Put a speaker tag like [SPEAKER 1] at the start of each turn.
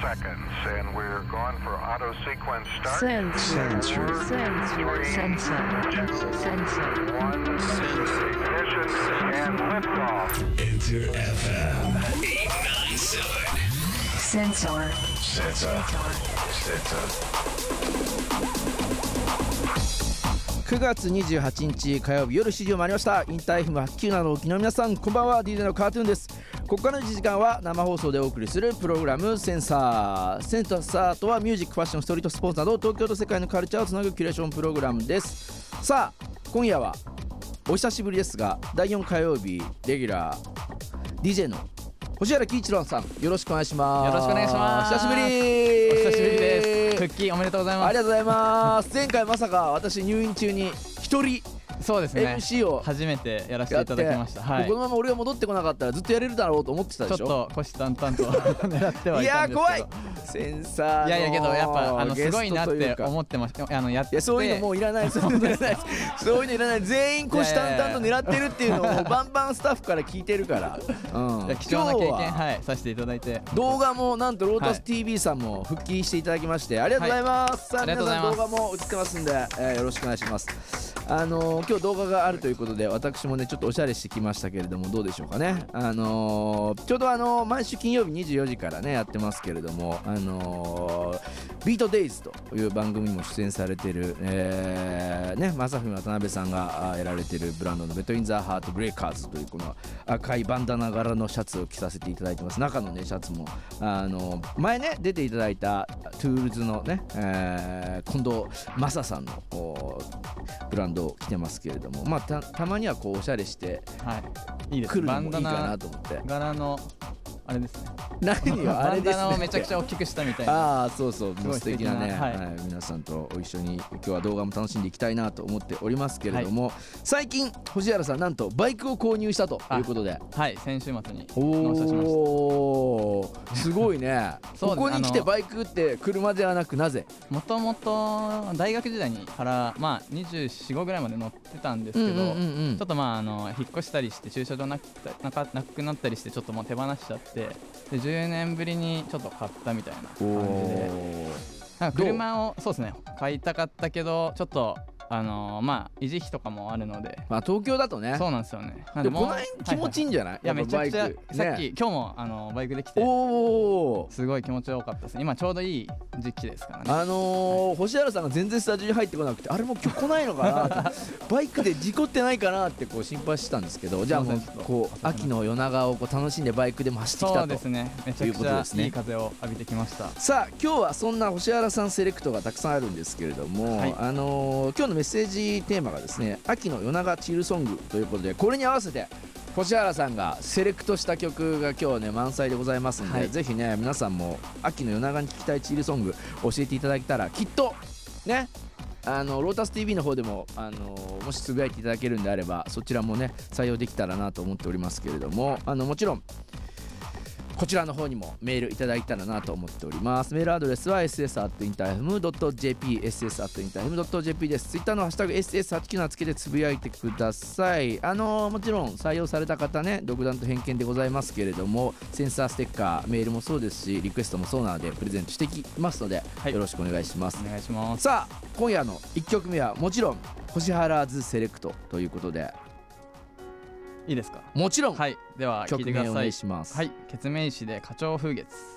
[SPEAKER 1] seconds, and we're going for auto sequence start.
[SPEAKER 2] Sensor.
[SPEAKER 3] Sensor.
[SPEAKER 2] Sensor. Sensor. Sensor.
[SPEAKER 1] One, ignition, and liftoff.
[SPEAKER 4] Enter FM 897.
[SPEAKER 2] Sensor.
[SPEAKER 4] Sensor. Sensor.
[SPEAKER 5] 9月28日火曜日夜7時を回りましたインターフム8 9などお聞きの皆さんこんばんは DJ のカートゥーンですここからの1時間は生放送でお送りするプログラム「センサー」センサーとはミュージックファッションストリートスポーツなど東京と世界のカルチャーをつなぐキュレーションプログラムですさあ今夜はお久しぶりですが第4火曜日レギュラー DJ の星原喜一郎さんよろしくお願いします
[SPEAKER 6] よろしくお願いします
[SPEAKER 5] 久しぶり
[SPEAKER 6] お久しぶりです復帰おめでとうござい
[SPEAKER 5] あ
[SPEAKER 6] ま
[SPEAKER 5] りがとうございます前回まさか私入院中に一人
[SPEAKER 6] すそうですね
[SPEAKER 5] MC を
[SPEAKER 6] 初めてやらせ
[SPEAKER 5] や
[SPEAKER 6] て
[SPEAKER 5] っ
[SPEAKER 6] い
[SPEAKER 5] て
[SPEAKER 6] ただきましたはい
[SPEAKER 5] もうこのまま俺が戻ってこなかったらずっとやれるだろうと思ってた
[SPEAKER 6] ちょ
[SPEAKER 5] で
[SPEAKER 6] っ
[SPEAKER 5] しょ
[SPEAKER 6] と虎視眈 々と狙ってはいいた
[SPEAKER 5] やー
[SPEAKER 6] んですけど
[SPEAKER 5] 怖いセンサーの
[SPEAKER 6] いやいやけどやっぱあの
[SPEAKER 5] ゲス
[SPEAKER 6] す
[SPEAKER 5] ト
[SPEAKER 6] ごいなっ
[SPEAKER 5] とう
[SPEAKER 6] て
[SPEAKER 5] か
[SPEAKER 6] 思ってましたあのやっ
[SPEAKER 5] い
[SPEAKER 6] て
[SPEAKER 5] やそういうのもうい らないそういうのいらないそういうのいらない全員虎視眈々と狙ってるっていうのをもうバンバンスタッフから聞いてるから、うん
[SPEAKER 6] いや貴重な経
[SPEAKER 5] 今日
[SPEAKER 6] 験
[SPEAKER 5] は
[SPEAKER 6] はいさせていただいて
[SPEAKER 5] 動画もなんとロータス
[SPEAKER 6] はい
[SPEAKER 5] TV さんも復帰していただきましてありがとうございます、
[SPEAKER 6] はい
[SPEAKER 5] さあ
[SPEAKER 6] ありがと
[SPEAKER 5] 皆
[SPEAKER 6] うござ
[SPEAKER 5] さ
[SPEAKER 6] い
[SPEAKER 5] ん動
[SPEAKER 6] ます
[SPEAKER 5] 画も映ってますんで、えーよろしくお願いしますあのー今日動画があるということで私もねちょっとおしゃれしてきましたけれどもどうでしょうかねあのーちょうどあのー毎週金曜日24時からねやってますけれどもあのービートデイズという番組にも出演されてる、えーね、まさふみ渡辺さんがあーやられてるブランドのベトインザハートブレイカーズというこの赤いバンダナ柄のシャツを着させていただいてます中のねシャツもあの前ね出ていただいたトゥールズのね、えー近藤正さんのおブランドを着てますけれどもまあたたまにはこうおしゃれして
[SPEAKER 6] はいいいです
[SPEAKER 5] 来るの
[SPEAKER 6] バン
[SPEAKER 5] もい
[SPEAKER 6] ダ
[SPEAKER 5] いか
[SPEAKER 6] ナ
[SPEAKER 5] なと思って
[SPEAKER 6] 柄のあれですね
[SPEAKER 5] 何よあ
[SPEAKER 6] バ
[SPEAKER 5] れ
[SPEAKER 6] ン
[SPEAKER 5] です
[SPEAKER 6] ダ
[SPEAKER 5] ね
[SPEAKER 6] ナをめちゃくちゃ大きくしたみたいな
[SPEAKER 5] ああそうそう
[SPEAKER 6] すごい
[SPEAKER 5] 素敵なね
[SPEAKER 6] 素敵なはい
[SPEAKER 5] はい皆さんと一緒に今日は動画も楽しんでいきたいなと思っておりますけれども、最近星原さんなんとバイクを購入したということで
[SPEAKER 6] はい先週末に納車しまし
[SPEAKER 5] おーすごいね
[SPEAKER 6] そう
[SPEAKER 5] こ
[SPEAKER 6] で
[SPEAKER 5] こ
[SPEAKER 6] す
[SPEAKER 5] に来て
[SPEAKER 6] あの
[SPEAKER 5] バイクって車ではなくなぜ
[SPEAKER 6] たもともと大学時代にからまあ245ぐらいまで乗ってたんですけどちょっとまああの引っ越したりして駐車場なくたなかなくなったりしてちょっともう手放しちゃってで10年ぶりにちょっと買ったみたいな
[SPEAKER 5] お
[SPEAKER 6] 感じで
[SPEAKER 5] ー
[SPEAKER 6] なんか車をそうですね買いたかったけどちょっとあのーまあ維持費とかもあるので
[SPEAKER 5] まあ東京だとね
[SPEAKER 6] そうなんですよねなん
[SPEAKER 5] で
[SPEAKER 6] で
[SPEAKER 5] も
[SPEAKER 6] もう
[SPEAKER 5] この辺気持ちいいんじゃない、
[SPEAKER 6] はいはいいやめちゃくちゃ、
[SPEAKER 5] やっぱバイク
[SPEAKER 6] さっき、
[SPEAKER 5] ね
[SPEAKER 6] 今日もあのバイクできて
[SPEAKER 5] おー
[SPEAKER 6] すごい気持ちよかったですね今ちょうどいい時期ですからね
[SPEAKER 5] あのー星原さんが全然スタジオに入ってこなくてあれもう今日来ないのかなってバイクで事故ってないかなってこう心配してたんですけどじゃあもう
[SPEAKER 6] すいませんちょっと
[SPEAKER 5] こう秋の夜長をこう楽しんでバイクでも走ってき
[SPEAKER 6] そ
[SPEAKER 5] た
[SPEAKER 6] うで
[SPEAKER 5] と
[SPEAKER 6] すねめち
[SPEAKER 5] とい
[SPEAKER 6] ゃ
[SPEAKER 5] うことで
[SPEAKER 6] く
[SPEAKER 5] す
[SPEAKER 6] ちゃ
[SPEAKER 5] ね
[SPEAKER 6] いい風を浴びてきました
[SPEAKER 5] さあ今日はそんな星原さんセレクトがたくさんあるんですけれども、
[SPEAKER 6] はい
[SPEAKER 5] あのー今日のメッセージテーマがですね秋の夜長チルソングということでこれに合わせて星原さんがセレクトした曲が今日ね満載でございますので、
[SPEAKER 6] はい
[SPEAKER 5] ぜひね皆さんも秋の夜長に聴きたいチルソング教えていただけたらきっとねあのロータス TV の方でも、あのーもしつぶやいていただけるんであればそちらもね採用できたらなと思っておりますけれどもあのもちろんこちらの方にもメールいただいたらなと思っておりますメールアドレスは ss.interfm.jp ss.interfm.jp ですツイッターのハッシュタグ ss89 名つけてつぶやいてくださいあのーもちろん採用された方ね独断と偏見でございますけれどもセンサーステッカーメールもそうですしリクエストもそうなのでプレゼントしてきますので、
[SPEAKER 6] い
[SPEAKER 5] よろしくお願いします
[SPEAKER 6] お願いします
[SPEAKER 5] さあ今夜の1曲目はもちろん星原ズセレクトということで
[SPEAKER 6] いいですか
[SPEAKER 5] もちろん
[SPEAKER 6] はいでは聞い
[SPEAKER 5] 曲
[SPEAKER 6] てく
[SPEAKER 5] 名
[SPEAKER 6] だ
[SPEAKER 5] お
[SPEAKER 6] さ
[SPEAKER 5] 願
[SPEAKER 6] い
[SPEAKER 5] いします、
[SPEAKER 6] はい、ケツメイシで花鳥風月。